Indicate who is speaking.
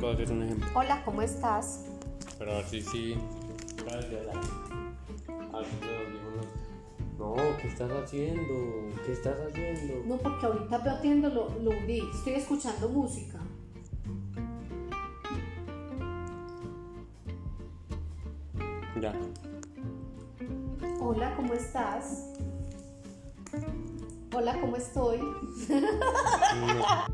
Speaker 1: puedo hacer un ejemplo.
Speaker 2: Hola, ¿cómo estás?
Speaker 1: Pero a ver si sí. Gracias. A ver si te lo digo, No, No, ¿qué estás haciendo? ¿Qué estás haciendo?
Speaker 2: No, porque ahorita veo atiendo lo, lo vi. Estoy escuchando música.
Speaker 1: Ya.
Speaker 2: Hola, ¿cómo estás? Hola, ¿cómo estoy?
Speaker 1: No.